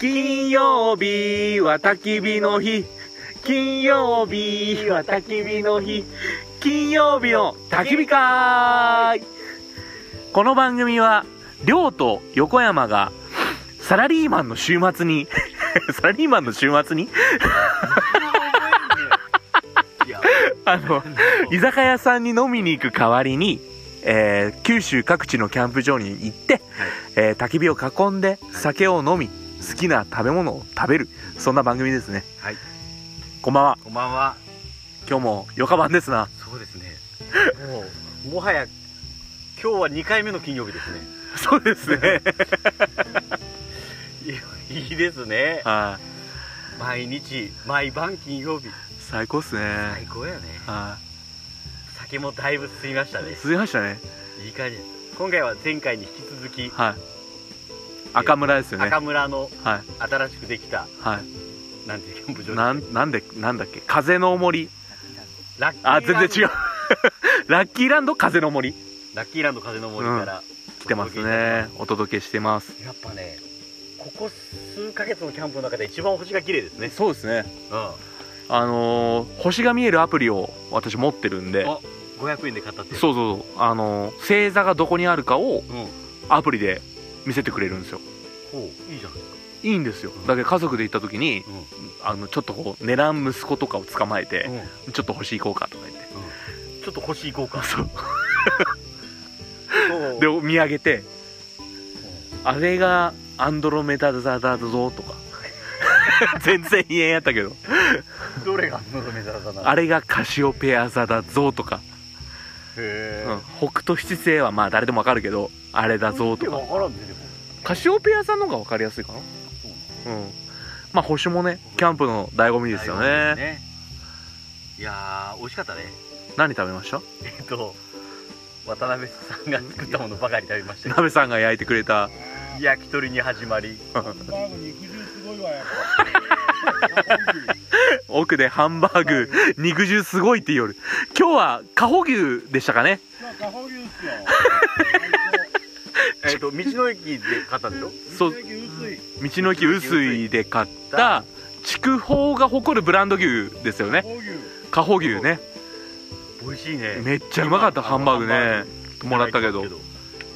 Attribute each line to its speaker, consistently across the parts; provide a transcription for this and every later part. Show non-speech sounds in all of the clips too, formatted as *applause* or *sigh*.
Speaker 1: 金曜日は焚き火の日金曜日は焚き火の日金曜日の焚き火会この番組は亮と横山がサラリーマンの週末に *laughs* サラリーマンの週末に
Speaker 2: いや
Speaker 1: あの居酒屋さんに飲みに行く代わりに、えー九州各地のキャンプ場に行って、えー焚き火を囲んで酒を飲み好きな食べ物を食べるそんな番組ですね
Speaker 2: はい
Speaker 1: こんばんは
Speaker 2: こんばんは
Speaker 1: 今日もよかばんですな
Speaker 2: そうですねもうもはや今日は2回目の金曜日ですね
Speaker 1: そうですね
Speaker 2: いいいですね
Speaker 1: *laughs* はい
Speaker 2: 毎日毎晩金曜日
Speaker 1: 最高っすね
Speaker 2: 最高やね
Speaker 1: は
Speaker 2: 酒もだいぶ進みましたね
Speaker 1: い続きましたね
Speaker 2: いい感じです今回は前回に引き続き、
Speaker 1: はい赤村ですよね
Speaker 2: 赤村の
Speaker 1: はい
Speaker 2: 新しくできた
Speaker 1: は
Speaker 2: なんていうキャンプ場
Speaker 1: いなんなんでなんだっけ風の森
Speaker 2: ラッキーラ
Speaker 1: あ
Speaker 2: ンド
Speaker 1: 全然違う *laughs* ラッキーランド風の森
Speaker 2: ラッキーランド風の森から、
Speaker 1: 来てますねお届けしてます
Speaker 2: やっぱねここ数ヶ月のキャンプの中で一番星が綺麗ですね
Speaker 1: そうですね
Speaker 2: う
Speaker 1: あのー星が見えるアプリを私持ってるんで
Speaker 2: んお500円で買ったって
Speaker 1: そううそうそうあのー星座がどこにあるかを
Speaker 2: うん
Speaker 1: アプリで見せてくれるんですよ
Speaker 2: ほういいじゃないですか
Speaker 1: いいんですよだけど家族で行った時に
Speaker 2: うん
Speaker 1: あのちょっとこう狙う息子とかを捕まえて
Speaker 2: うん
Speaker 1: ちょっと星行こうかとか言って *laughs*
Speaker 2: ちょっと星行こうか
Speaker 1: そう
Speaker 2: そう
Speaker 1: で見上げてあれがアンドロメダザだぞとか *laughs* 全然言えんやったけど
Speaker 2: うんどれが喉目覚まな
Speaker 1: あれがカシオペア座だぞとか、
Speaker 2: へ
Speaker 1: うん、北斗七星はまあ誰でもわかるけどあれだぞとか
Speaker 2: 分からんねでも
Speaker 1: カシオペアさんの方が分かりやすいかな
Speaker 2: そうなん
Speaker 1: うんまあ星もねキャンプの醍醐味ですよね
Speaker 2: ねいやー美味しかったね
Speaker 1: 何食べました
Speaker 2: えっと渡辺さんが作ったものばかり食べましたよ
Speaker 1: 鍋さんが焼いてくれた
Speaker 2: 焼き鳥に始まり
Speaker 3: バーグ肉汁すごいわやっ
Speaker 1: 奥でハンバーグ肉汁すごいって言いよる今日は加穂牛でしたかね
Speaker 3: ぱ。カホ牛っすよ。
Speaker 2: えっと道の駅で買ったんでしょ
Speaker 1: *laughs* そう
Speaker 3: 薄い。
Speaker 1: 道の駅薄いで買った筑豊が誇るブランド牛ですよ
Speaker 3: カ
Speaker 1: ね
Speaker 3: ホ牛。
Speaker 1: 加穂牛ね
Speaker 2: 美味しいね
Speaker 1: めっちゃうまかった
Speaker 2: 今
Speaker 1: ハンバーグ
Speaker 2: あのハンバ
Speaker 1: ねもらったけど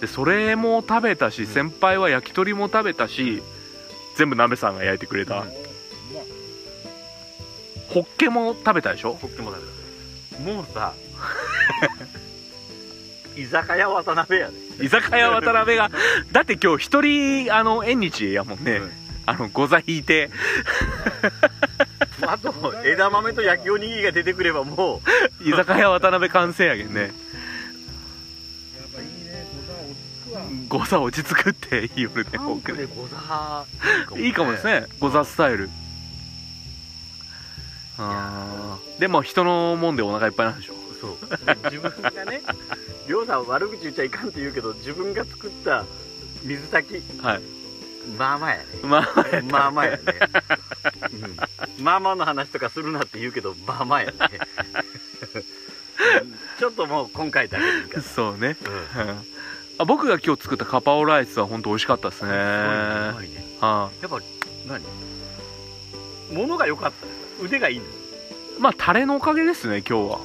Speaker 1: でそれも食べたし先輩は焼き鳥も食べたし全部鍋さんが焼いてくれたホッケも食べたでしょ
Speaker 2: ホッケも食べたもう
Speaker 1: *laughs*
Speaker 2: さ居酒屋渡辺やね
Speaker 1: 居酒屋渡辺
Speaker 2: *laughs*
Speaker 1: がだって今日一人あの縁日やもんね、
Speaker 2: うん
Speaker 1: あのご座引いて
Speaker 2: あと枝豆と焼きおにぎりが出てくればも
Speaker 1: 居酒屋渡辺完成やけんね
Speaker 3: やっぱいいね。ボタン落ち
Speaker 1: ご座落ち
Speaker 3: 着くわ。
Speaker 1: 着くって言いよる
Speaker 2: う
Speaker 1: ね
Speaker 2: パン
Speaker 1: 僕
Speaker 2: クで
Speaker 1: ね
Speaker 2: ござ
Speaker 1: いいかもですねご座スタイルあーでも人のもんでお腹いっぱいなんでしょ
Speaker 2: そう自分がねりょうさん悪口言っちゃいかんって言うけど自分が作った水炊き
Speaker 1: はい
Speaker 2: まあまあやね
Speaker 1: まあ *laughs*
Speaker 2: まあまあやね、うんまあまあの話とかするなって言うけどまあまあやねうんちょっともう今回だけでいいか
Speaker 1: そうね
Speaker 2: ら、うん
Speaker 1: うんあ僕が今日作ったカパオライスは本当美味しかったですね
Speaker 2: すごいねうまいね
Speaker 1: あ
Speaker 2: やっぱ何物が良かったね腕がいいんです
Speaker 1: ーまあタレのおかげですね今日は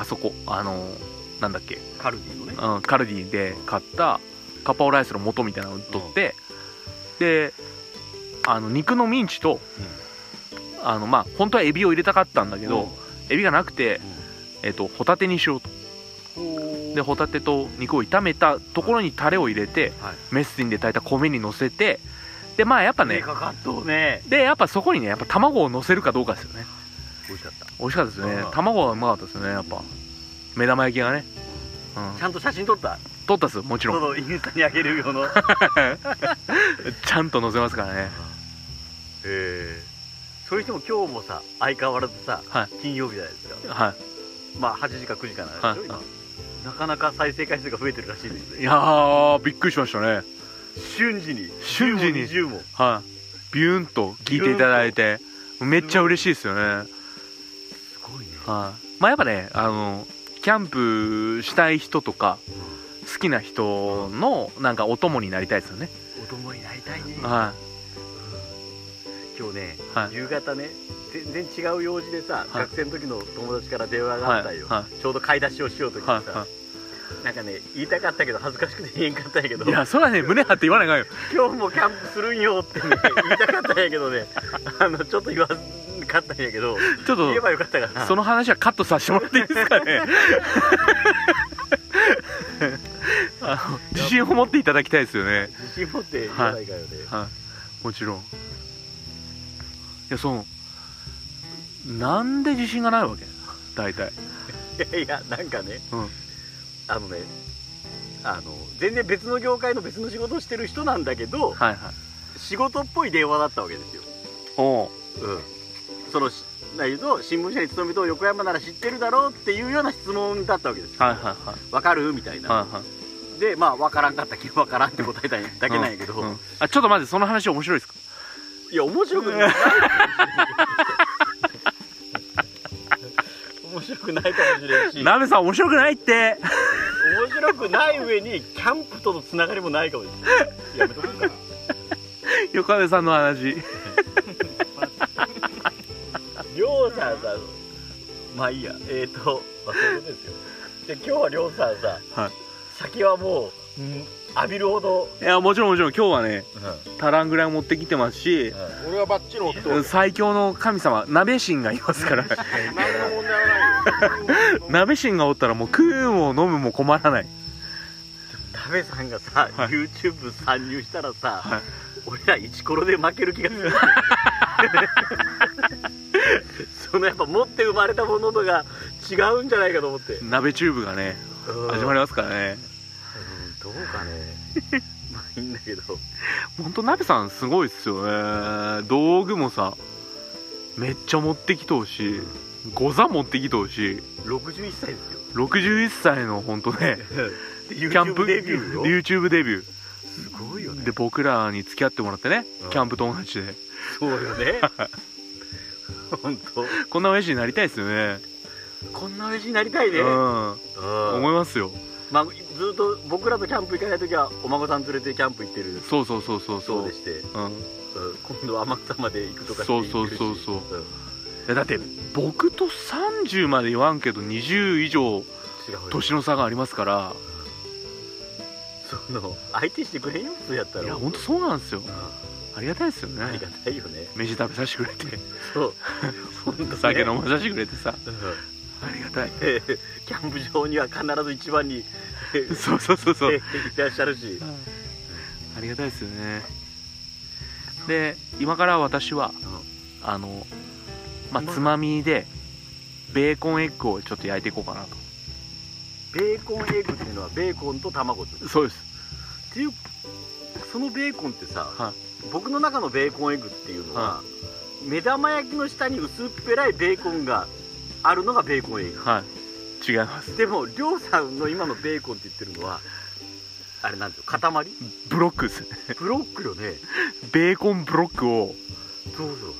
Speaker 1: あそこあのーなんだっけ
Speaker 2: カルディのね
Speaker 1: うん、カルディで買ったカパオライスの素みたいなのを取って、であの肉のミンチと、あのまあ本当はエビを入れたかったんだけど、エビがなくて、えっとホタテにしようと
Speaker 2: うん
Speaker 1: でホタテと肉を炒めたところにタレを入れて、
Speaker 2: はい
Speaker 1: メスティンで炊いた米にのせてでまあやっぱね
Speaker 2: ねかかっとうね
Speaker 1: でやっぱそこにねやっぱ卵をのせるかどうかですよね
Speaker 2: 美味しかった
Speaker 1: 美味しかったですね
Speaker 2: うん
Speaker 1: 卵はうまかったですねやっぱ目玉焼きがね、うん
Speaker 2: ち、ゃんと写真撮った
Speaker 1: 取ったっすよもち
Speaker 2: ち
Speaker 1: ろん
Speaker 2: ょうどインスタにあげる用のへ
Speaker 1: ちゃんと載せますからね
Speaker 2: えそれにしても今日もさ相変わらずさ、
Speaker 1: はい
Speaker 2: 金曜日じゃないですか
Speaker 1: は
Speaker 2: まあ8時か9時かなんでしょ、
Speaker 1: は
Speaker 2: 今なかなか再生回数が増えてるらしいです
Speaker 1: いい
Speaker 2: ね
Speaker 1: やーびっくりしましたね
Speaker 2: 瞬時に
Speaker 1: 瞬時に
Speaker 2: 10も20も
Speaker 1: はいビューンと聞いていただいてめっちゃ嬉しいですよねはい
Speaker 2: すごいね、
Speaker 1: まあやっぱねあのキャンプしたい人とか
Speaker 2: う
Speaker 1: 好きな人のなんかお供になりたいですよね
Speaker 2: んお供になりたいね、
Speaker 1: は
Speaker 2: うん今日ね
Speaker 1: はい
Speaker 2: 夕方ね全然違う用事でさ、
Speaker 1: はい
Speaker 2: 学生の時の友達から電話があ
Speaker 1: は
Speaker 2: ったん
Speaker 1: い
Speaker 2: よ、
Speaker 1: は
Speaker 2: ちょうど買い出しをしようときに
Speaker 1: い
Speaker 2: さ、
Speaker 1: は
Speaker 2: なんかね言いたかったけど恥ずかしくて言えんかったんやけど
Speaker 1: いいやそれはね胸張って言わないかんよ
Speaker 2: 今日もキャンプするんよってね、言いたかったんやけどね *laughs* あのちょっと言わんかったんやけど
Speaker 1: ちょっ
Speaker 2: 言え
Speaker 1: と
Speaker 2: ばよかったかな
Speaker 1: その話はカットさせてもらっていいですかねあの自信を持っていただきたいですよね
Speaker 2: 自信持って言わないからね、
Speaker 1: はいもちろんいやそのなんで自信がないわけ大体
Speaker 2: い、やいやなんかね、
Speaker 1: うん
Speaker 2: あのねあの全然別の業界の別の仕事をしてる人なんだけど
Speaker 1: はいはい
Speaker 2: 仕事っぽい電話だったわけですよ
Speaker 1: おう
Speaker 2: うん、そのしだけど新聞社に勤めと横山なら知ってるだろうっていうような質問だったわけですよ
Speaker 1: はいはいはい
Speaker 2: わかるみたいな、
Speaker 1: はいはい
Speaker 2: でまあわからんかったけどわからんって答えただけなんやけど、
Speaker 1: うんあちょっと待ってその話面白いですか
Speaker 2: いや面白くない面白くないかもしれんし面
Speaker 1: なべさん面白くないって *laughs*
Speaker 2: 白くない上にキャンプとのつながりもないかもしれないやめとくか
Speaker 1: 横部さんの話
Speaker 2: りょうさんさまあいいやえっ、ー、とまあそういうことですよで今日はりょうさんさ、
Speaker 1: はい
Speaker 2: 酒はもう、うん浴びるほど、
Speaker 1: いやもちろんもちろん今日はね
Speaker 2: うん
Speaker 1: 足らんぐらい持ってきてますし
Speaker 3: 俺はバッチリ追っておる
Speaker 1: 最強の神様鍋神がいます *laughs* から
Speaker 3: 何の問題はないよ
Speaker 1: 鍋神がおったらもう食うも飲むも困らない
Speaker 2: ダメさんがさ、
Speaker 1: はい
Speaker 2: YouTube 参入したらさ、
Speaker 1: はい
Speaker 2: 俺らイチコロで負ける気が
Speaker 1: *laughs*
Speaker 2: するそのやっぱ持って生まれたものとが違うんじゃないかと思って、うん
Speaker 1: 鍋チューブがね始まりますからね
Speaker 2: うんどう
Speaker 1: *laughs*
Speaker 2: かねまあいいんだけど
Speaker 1: ほんと鍋さんすごいっすよね道具もさめっちゃ持ってきとうしござ持ってきとうし
Speaker 2: 61歳ですよ
Speaker 1: 61歳のほんとね
Speaker 2: で
Speaker 1: キャンプ
Speaker 2: YouTube デビューよ
Speaker 1: YouTube デビュー
Speaker 2: すごいよね
Speaker 1: で僕らに付き合ってもらってね
Speaker 2: うん
Speaker 1: キャンプと同じで
Speaker 2: そうよね本当
Speaker 1: こんな親父になりたいですよね
Speaker 2: こんな嬉しいになりたいね、
Speaker 1: う
Speaker 2: うん
Speaker 1: ん思いますよ
Speaker 2: まあ、ずっと僕らとキャンプ行かない時はお孫さん連れてキャンプ行ってる
Speaker 1: そうそうそうそう
Speaker 2: そ
Speaker 1: そうう
Speaker 2: でして
Speaker 1: うん
Speaker 2: うん今度は天草まで行くとか
Speaker 1: そうそうそうそう
Speaker 2: うん
Speaker 1: いやだって僕と30まで言わんけど20以上
Speaker 2: 違うよ
Speaker 1: 年の差がありますから
Speaker 2: その相手してくれんよ普通やったら
Speaker 1: いやほんとそうなんですよ
Speaker 2: うん
Speaker 1: ありがたいですよ
Speaker 2: あり
Speaker 1: ね
Speaker 2: がたいよね
Speaker 1: 飯食べさせてくれて *laughs*
Speaker 2: そう本当
Speaker 1: 酒飲まさせてくれてさ
Speaker 2: うん
Speaker 1: ありがたい
Speaker 2: えーキャンプ場には必ず一番にえー
Speaker 1: そうそうそうそう
Speaker 2: えーいらっしゃるし
Speaker 1: ありがたいですよねで今から私はあのまあつまみでベーコンエッグをちょっと焼いていこうかなと
Speaker 2: ベーコンエッグっていうのはベーコンと卵ってこと
Speaker 1: そうです
Speaker 2: っていうそのベーコンってさ、
Speaker 1: は
Speaker 2: 僕の中のベーコンエッグっていうのは、
Speaker 1: は
Speaker 2: 目玉焼きの下に薄っぺらいベーコンがあるのがベーコンエッグ
Speaker 1: はい違います
Speaker 2: でもりょうさんの今のベーコンって言ってるのはあれなんていうの塊
Speaker 1: ブロックですね
Speaker 2: ブロックよね
Speaker 1: ベーコンブロックを
Speaker 2: どうぞ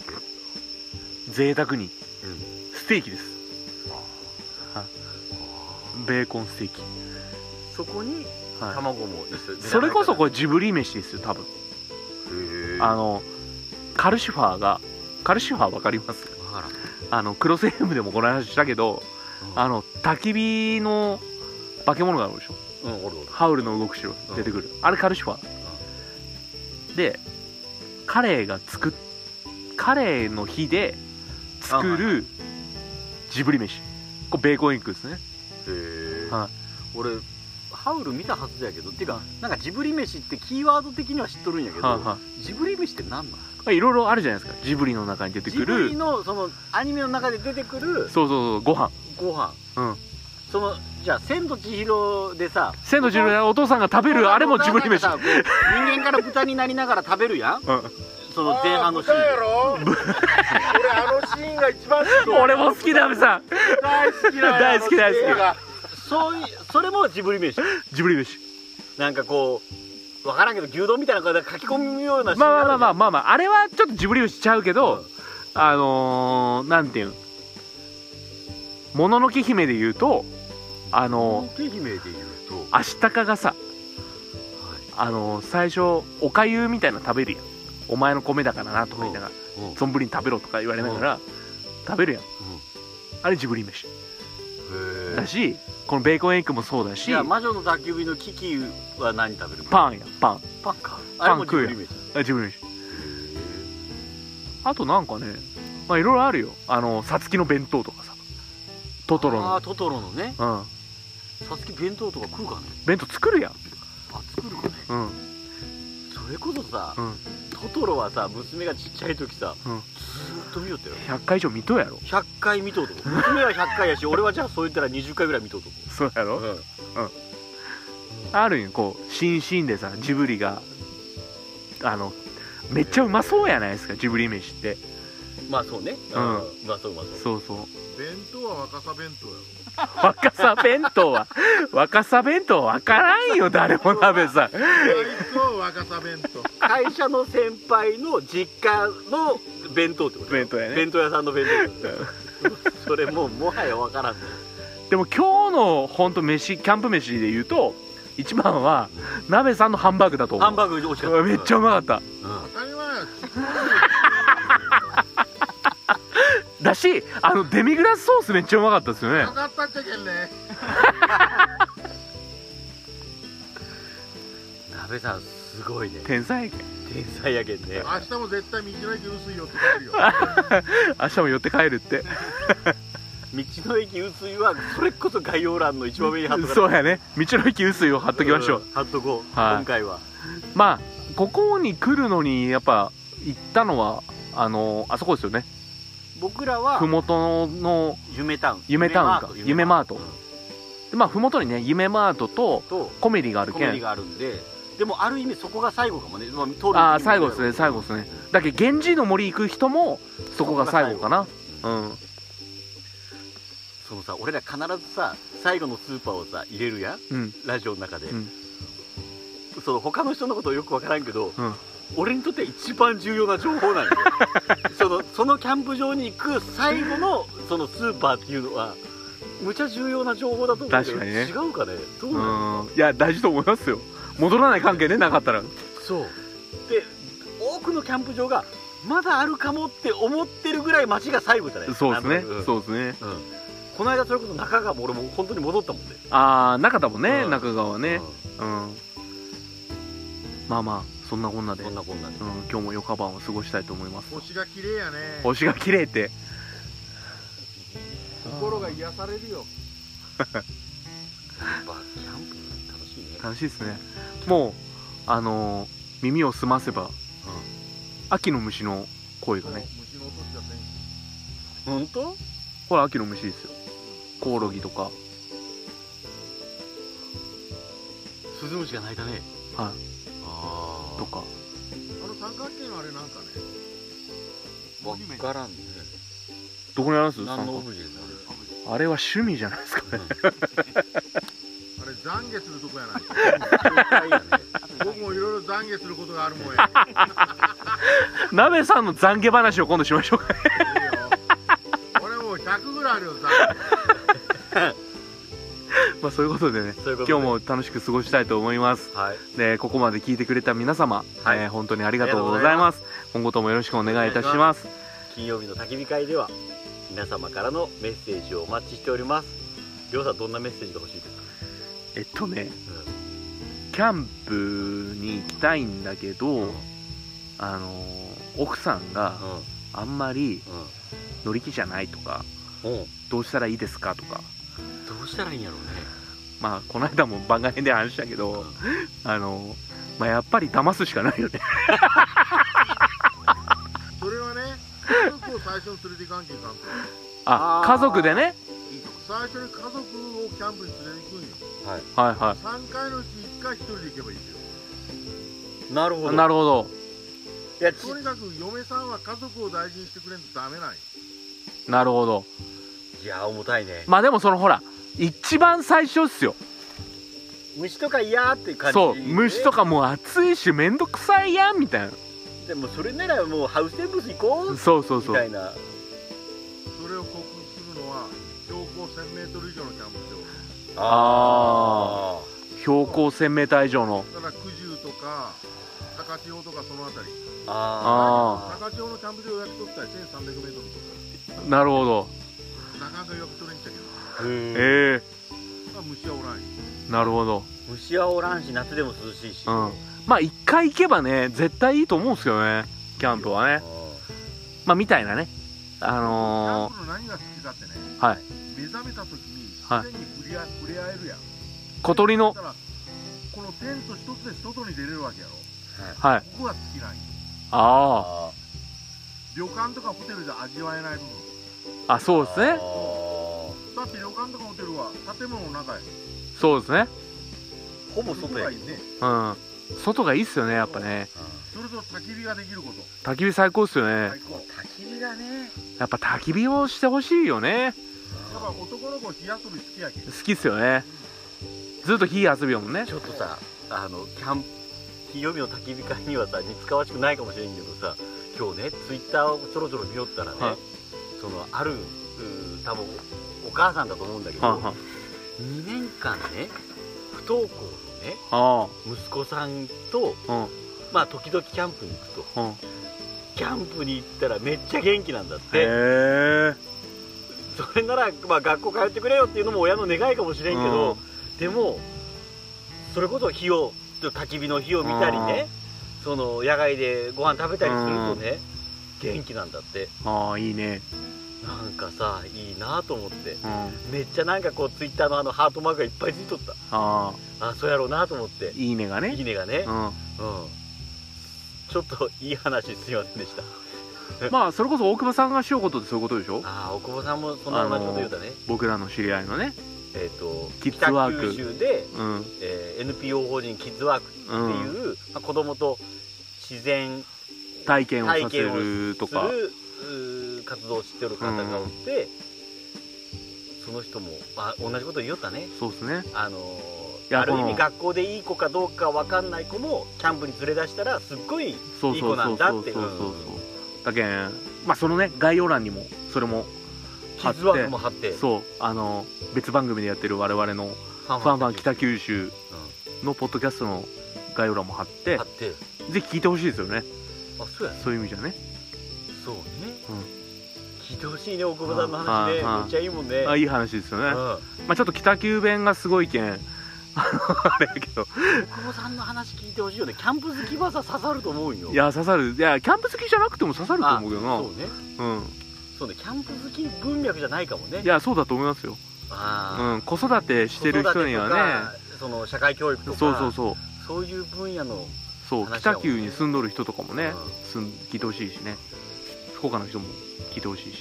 Speaker 1: 贅沢に
Speaker 2: うん
Speaker 1: ステーキですベーコンステーキ、
Speaker 2: そこに
Speaker 1: は
Speaker 2: 卵も一緒
Speaker 1: い、それこそこ
Speaker 2: れ
Speaker 1: れジブリ飯ですよ多分あのカルシファーがカルシファーわかります
Speaker 2: からん
Speaker 1: あのクロス FM でもこの話したけど
Speaker 2: うん
Speaker 1: あの焚き火の化け物があるでしょ
Speaker 2: うんおるおる
Speaker 1: ハウルの動く城出てくる、あれカルシファー、で彼が作っ彼の火で作
Speaker 2: あは
Speaker 1: るジブリ飯これベーコンエッグですね
Speaker 2: へえ、
Speaker 1: はい
Speaker 2: 俺ハウル見たはずやけどていうかなんかジブリ飯ってキーワード的には知っとるんやけど、
Speaker 1: はいは
Speaker 2: ジブリ飯って何なの
Speaker 1: いいろいろあるじゃないですかジブリの中に出てく
Speaker 2: ジブ
Speaker 1: る
Speaker 2: リのそのアニメの中で出てくる
Speaker 1: そうそうそうご飯
Speaker 2: ご飯
Speaker 1: うん
Speaker 2: そのじゃあ「千と千尋」でさ
Speaker 1: 千と千尋のお父さんが食べるあれもジブリ飯
Speaker 2: こう人間から豚になりながら食べる
Speaker 1: う
Speaker 2: やん
Speaker 1: ん
Speaker 2: その前半のシーン
Speaker 3: あ豚やろ俺あのシーンが一番好き
Speaker 1: 俺も好きだべさ
Speaker 3: 大好きなの
Speaker 1: 大好き大好き
Speaker 3: あのシーンが
Speaker 2: そういうそれもジブリ飯
Speaker 1: ジブリ飯
Speaker 2: なんかこうわからんけど牛丼みたいな感じで書き込むようなシーン
Speaker 1: まあまあまあま
Speaker 2: あ
Speaker 1: あまあまああれはちょっとジブリ飯ちゃうけど、
Speaker 2: うん
Speaker 1: あのー、なんていうんもののけ姫で言うとあの
Speaker 2: 大姫で言うと、
Speaker 1: ー、アシタカがさあのー、最初おかゆみたいなの食べるやんお前の米だからなとか言いながら
Speaker 2: うん
Speaker 1: 存分に食べろとか言われながら食べるやんあれジブリ飯
Speaker 2: うんへ
Speaker 1: だしこのベーコンエッグもそうだ
Speaker 2: え
Speaker 1: し
Speaker 2: じゃあ魔女の宅急便のキキは何食べるの
Speaker 1: パンやパン
Speaker 2: パンかあれもジブリ飯
Speaker 1: あジブリ飯あとなんかねまあいろいろあるよあのさつきの弁当とかさトトロ
Speaker 2: あートトロのね
Speaker 1: のうん
Speaker 2: さつき弁当とか食うかね
Speaker 1: 弁当作るやん
Speaker 2: あ作るかね
Speaker 1: うん
Speaker 2: それこそさ、
Speaker 1: うん
Speaker 2: トトロはさ娘がちっちゃい時さ、
Speaker 1: うん
Speaker 2: ずーっと見よったよ
Speaker 1: 100回以上見とうやろ
Speaker 2: 100回見とうとこ娘は100回や
Speaker 1: *laughs*
Speaker 2: し俺はじゃあそう言ったら20回ぐらい見とうとこ
Speaker 1: そうやろ
Speaker 2: うん
Speaker 1: あるんよこう新シーンでさジブリがあのめっちゃうまそうやないですかジブリ飯って
Speaker 2: まあそうねう
Speaker 1: うん
Speaker 2: うまそううまそう
Speaker 1: そう
Speaker 2: *laughs*
Speaker 1: そう
Speaker 3: 弁当は若さ弁当やろ
Speaker 1: 若さ弁当は若さ弁当は分からんよ誰も鍋さん
Speaker 3: 最高若さ弁当
Speaker 2: 会社の先輩の実家の弁当ってこと
Speaker 1: 弁当やね
Speaker 2: 弁当屋さんの弁当ってことそれもうもはや分からんね
Speaker 1: でも今日の本当飯キャンプ飯で言うと一番は鍋さんのハンバーグだと思う
Speaker 2: ハンバーグ美味しかった
Speaker 1: めっちゃうまかった
Speaker 2: うん
Speaker 3: 当たり前や
Speaker 1: だしあのデミグラスソースめっちゃうまかったですよね
Speaker 3: かかったっちゃけんね
Speaker 2: 鍋さんすごいね
Speaker 1: 天才やけん
Speaker 2: 天才やけんね
Speaker 3: 明日も絶対道の駅薄いよって帰
Speaker 1: *laughs*
Speaker 3: るよ
Speaker 1: 明日も寄って帰るって
Speaker 2: 道の駅薄いはそれこそ概要欄の一番上に貼っとかない
Speaker 1: そうやね道の駅薄いを貼っときましょう、
Speaker 2: ん貼っとこう
Speaker 1: はい
Speaker 2: 今回は
Speaker 1: まあここに来るのにやっぱ行ったのはあのあそこですよね
Speaker 2: 僕らは
Speaker 1: 麓の
Speaker 2: 夢タウン
Speaker 1: 夢タウンか夢マート
Speaker 2: うん
Speaker 1: でまあ麓にね夢マートと
Speaker 2: と
Speaker 1: コメディがある
Speaker 2: コ
Speaker 1: け
Speaker 2: メディ
Speaker 1: ん
Speaker 2: があるんででもある意味そこが最後かもねまあ通る道も
Speaker 1: ああ最後ですね最後ですねだけど源氏の森行く人もそこが最後かなうん
Speaker 2: そのさ俺ら必ずさ最後のスーパーをさ入れるやん
Speaker 1: うん
Speaker 2: ラジオの中で、
Speaker 1: うん
Speaker 2: その他の人のことよくわからんけど、
Speaker 1: うん
Speaker 2: 俺にとっては一番重要な情報なん
Speaker 1: *laughs*
Speaker 2: よそのそのキャンプ場に行く最後のそのスーパーっていうのはむちゃ重要な情報だと思うけど
Speaker 1: 確かにね
Speaker 2: 違うかねどうなの
Speaker 1: うんいや大事と思いますよ戻らない関係ねなかったら
Speaker 2: そうで多くのキャンプ場がまだあるかもって思ってるぐらい街が最後じゃない
Speaker 1: そうです
Speaker 2: なん
Speaker 1: ね
Speaker 2: となく
Speaker 1: そうですね
Speaker 2: うん、うんこの間それこそ中川も俺も本当に戻ったもんね
Speaker 1: ああ中田もね
Speaker 2: うん
Speaker 1: 中川はね
Speaker 2: うん
Speaker 1: うんまあまあそんなこんなで
Speaker 2: こんなこんなで
Speaker 1: うん、今日も4日晩を過ごしたいと思います
Speaker 3: 星が綺麗やね
Speaker 1: 星が綺麗って
Speaker 3: 心が癒されるよ
Speaker 2: やっぱキャンプ楽しいね
Speaker 1: 楽しいですねもうあのー耳を澄ませば、秋の虫の声
Speaker 3: 虫
Speaker 1: が
Speaker 3: の音
Speaker 1: ね
Speaker 3: しかせん
Speaker 2: 本当
Speaker 1: これ秋の虫ですよコオロギとか
Speaker 2: スズムシが鳴いたね
Speaker 1: はい
Speaker 2: あ
Speaker 1: とか
Speaker 3: あの三角形のあれなんかね
Speaker 2: わからんね
Speaker 1: どこにあります
Speaker 2: 何のオ
Speaker 1: 参
Speaker 2: ブジェ
Speaker 3: あれあ
Speaker 1: 加あれは趣味じゃないですか *laughs*
Speaker 2: だ
Speaker 3: れ懺悔するとこやない *laughs* か
Speaker 2: ろう
Speaker 3: 僕もいろいろ懺悔することがあるもんや
Speaker 1: 鍋さんの懺悔話を今度しましょうか *laughs*
Speaker 3: いいよ俺もう100ぐらいあるよ懺悔
Speaker 1: まあそういうことでね
Speaker 2: そういうことで
Speaker 1: *laughs* 今日も楽しく過ごしたいと思います
Speaker 2: はい
Speaker 1: でここまで聞いてくれた皆様、
Speaker 2: はい
Speaker 1: えー本当にありがとうございます今後ともよろしくお願いいたします
Speaker 2: 金曜日の焚き火会では皆様からのメッセージをお待ちしておりますりょうさんどんなメッセージが欲しいですか
Speaker 1: えっとねキャンプに行きたいんだけど、
Speaker 2: うん
Speaker 1: あのー奥さんがあんまり乗り気じゃないとか
Speaker 2: うんうん
Speaker 1: どうしたらいいですかとか
Speaker 2: どうしたらいいんやろうね
Speaker 1: まあこの間も番外編で話したけどあのーまあやっぱり騙すしかない
Speaker 2: *laughs*
Speaker 1: よね
Speaker 3: それはね家族を最初に連れていかんけんかんと
Speaker 1: あ
Speaker 2: あー
Speaker 1: 家族でね
Speaker 3: 最初に家族をキャンプに連れていくんよ
Speaker 1: はいは
Speaker 3: 3回のうち1回一人で行けばいいんだよ
Speaker 2: なるほど
Speaker 1: いなるほど
Speaker 2: いやち
Speaker 3: とにかく嫁さんは家族を大事にしてくれんとダメない
Speaker 1: なるほど
Speaker 2: いや重たいね
Speaker 1: まあでもそのほら一番最初っすよ
Speaker 2: 虫とか嫌って感じ
Speaker 1: そう虫とかもう暑いしめんどくさいやんみたい
Speaker 2: でもそれならもうハウステンボス行こう
Speaker 1: なそうそう
Speaker 2: み
Speaker 1: そ
Speaker 2: た
Speaker 1: う
Speaker 2: いな
Speaker 3: それを克服するのは標高 1000m 以上のキャンプ
Speaker 1: あ
Speaker 2: あ
Speaker 1: 標高 1000m 以上の
Speaker 3: 場だから九十とか高高千穂とかその辺り
Speaker 1: あ
Speaker 3: 高千穂のキャンプ場予約取ったら1 3 0 0ルと
Speaker 1: なるほど
Speaker 3: かなかなか予約取れんちゃけど
Speaker 2: あー
Speaker 1: ええ
Speaker 3: まあ虫はおらんよ
Speaker 1: なるほど
Speaker 2: 虫はおらんし夏でも涼しいし、
Speaker 1: う
Speaker 2: あ
Speaker 1: んまあ一回行けばね絶対いいと思うんですけどねキャンプはね
Speaker 2: ー
Speaker 1: まあみたいなねあ
Speaker 3: キャン
Speaker 1: の
Speaker 3: プの何が好きかってね
Speaker 1: ー、はい
Speaker 3: 目覚めた時に
Speaker 1: はい
Speaker 3: 自然に触れ合触れ合えるやん
Speaker 1: 小鳥の
Speaker 3: だからこのテント一つで外に出れるわけやろ
Speaker 1: はい
Speaker 3: ここが好きなんよ
Speaker 1: あ
Speaker 2: あ
Speaker 3: 旅館とかホテルじゃ味わえない部分
Speaker 1: ああそうですね
Speaker 2: ほ
Speaker 3: だって旅館とかホテルは建物の中や
Speaker 1: そうですね
Speaker 2: ぼ外や
Speaker 3: いいね
Speaker 1: うん外がいいっすよねやっぱね
Speaker 3: それと焚き火ができること
Speaker 1: 焚き火最高っすよね
Speaker 3: 最高
Speaker 2: 焚き火だね
Speaker 1: やっぱ焚き火をしてほしいよね
Speaker 3: やっぱ男の子火遊び好きやけ
Speaker 1: 好きっすよねずっと火遊びよもんね
Speaker 2: ちょっとさあのキャンプ金曜日の焚き火会にはさ似つかわしくないかもしれんけどさ今日ねツイッターをちょろちょろ見よったらね、
Speaker 1: はい
Speaker 2: そのあるうー多分お母さんだと思うんだけど、
Speaker 1: はいはい
Speaker 2: 2年間ね不登校のね
Speaker 1: あ
Speaker 2: 息子さんと
Speaker 1: あうん
Speaker 2: まあ時々キャンプに行くと
Speaker 1: うん
Speaker 2: キャンプに行ったらめっちゃ元気なんだっ
Speaker 1: へ
Speaker 2: て
Speaker 1: え
Speaker 2: それなら、まあ、学校通ってくれよっていうのも親の願いかもしれんけど、でもそれこそ火を焚き火の火を見たりね、その野外でご飯食べたりするとね、元気なんだって
Speaker 1: ああいいね
Speaker 2: なんかさいいなと思って
Speaker 1: うん
Speaker 2: めっちゃなんかこうツイッターのあのハートマークがいっぱいついとった
Speaker 1: ああ
Speaker 2: あそうやろうなと思って
Speaker 1: いいねが
Speaker 2: い
Speaker 1: ね
Speaker 2: いねがね
Speaker 1: う、ん
Speaker 2: うんちょっといい話すいませんでした
Speaker 1: まあそれこそ大久保さんがしようことってそういうことでしょ
Speaker 2: ああ大久保さんもそんな同じこと言うたね、
Speaker 1: 僕らの知り合いのね
Speaker 2: えっ、と
Speaker 1: キッズワーク
Speaker 2: 北九州で、
Speaker 1: うん
Speaker 2: えー NPO 法人キッズワークっていう、
Speaker 1: うん
Speaker 2: まあ、子供と自然
Speaker 1: 体験をさ
Speaker 2: 体
Speaker 1: せ
Speaker 2: 験をす
Speaker 1: る
Speaker 2: る
Speaker 1: とか
Speaker 2: うー活動をしてる方がおって、その人も、まあ、同じこと言おったね
Speaker 1: そうですね
Speaker 2: あの
Speaker 1: いや
Speaker 2: ーある意
Speaker 1: この
Speaker 2: 味学校でいい子かどうかわかんない子もキャンプに連れ出したらすっごい
Speaker 1: そうそうそうそうそうそうそうだけんまあそのね概要欄にもそれも
Speaker 2: キ
Speaker 1: 貼っ
Speaker 2: ッ
Speaker 1: て
Speaker 2: ズワークも張って
Speaker 1: そうあの別番組でやってる我々の「
Speaker 2: ファ
Speaker 1: ファンファン北九州」のポッドキャストの概要欄も貼って
Speaker 2: 張って
Speaker 1: ぜひ聞いてほしいですよね
Speaker 2: あそうやね
Speaker 1: そういう意味じゃね
Speaker 2: そうね、
Speaker 1: うん
Speaker 2: 聞いてほしいね大久保さんの話ね
Speaker 1: うんうん
Speaker 2: めっちゃいいもんね
Speaker 1: あいい話ですよ
Speaker 2: う
Speaker 1: ね
Speaker 2: ん大
Speaker 1: まあちょっと北九弁がすごいけん *laughs* あのあれやけど
Speaker 2: 久保さんの話聞いてほしいよねキャンプ好きはさ刺さると思うよ
Speaker 1: いや刺さるいやキャンプ好きじゃなくても刺さると思うけど
Speaker 2: そうね
Speaker 1: なうん
Speaker 2: そうねキャンプ好き文脈じゃないかもね
Speaker 1: いやそうだと思いますよ
Speaker 2: あ
Speaker 1: うん子育て
Speaker 2: ー
Speaker 1: してる人にはね
Speaker 2: 子育てとかその社会教育とか
Speaker 1: そうそうそう
Speaker 2: そういう分野の
Speaker 1: そう
Speaker 2: 話
Speaker 1: 北
Speaker 2: だもんね
Speaker 1: 九に住んどる人とかもね、
Speaker 2: うん
Speaker 1: 住ん聞いてほしいしね福岡の人も聞いてほしいし、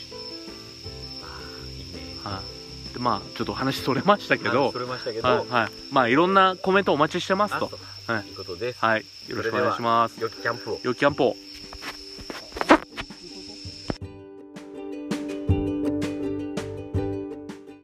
Speaker 2: あーいいね
Speaker 1: はいでまあちょっと話それましたけど
Speaker 2: 話それましたけど
Speaker 1: はい、はい、まあいろんなコメントお待ちしてます
Speaker 2: あ
Speaker 1: と
Speaker 2: と
Speaker 1: はい
Speaker 2: いうことです
Speaker 1: はいよろしくお願いします
Speaker 2: 良きキャンプを
Speaker 1: よきキャンプを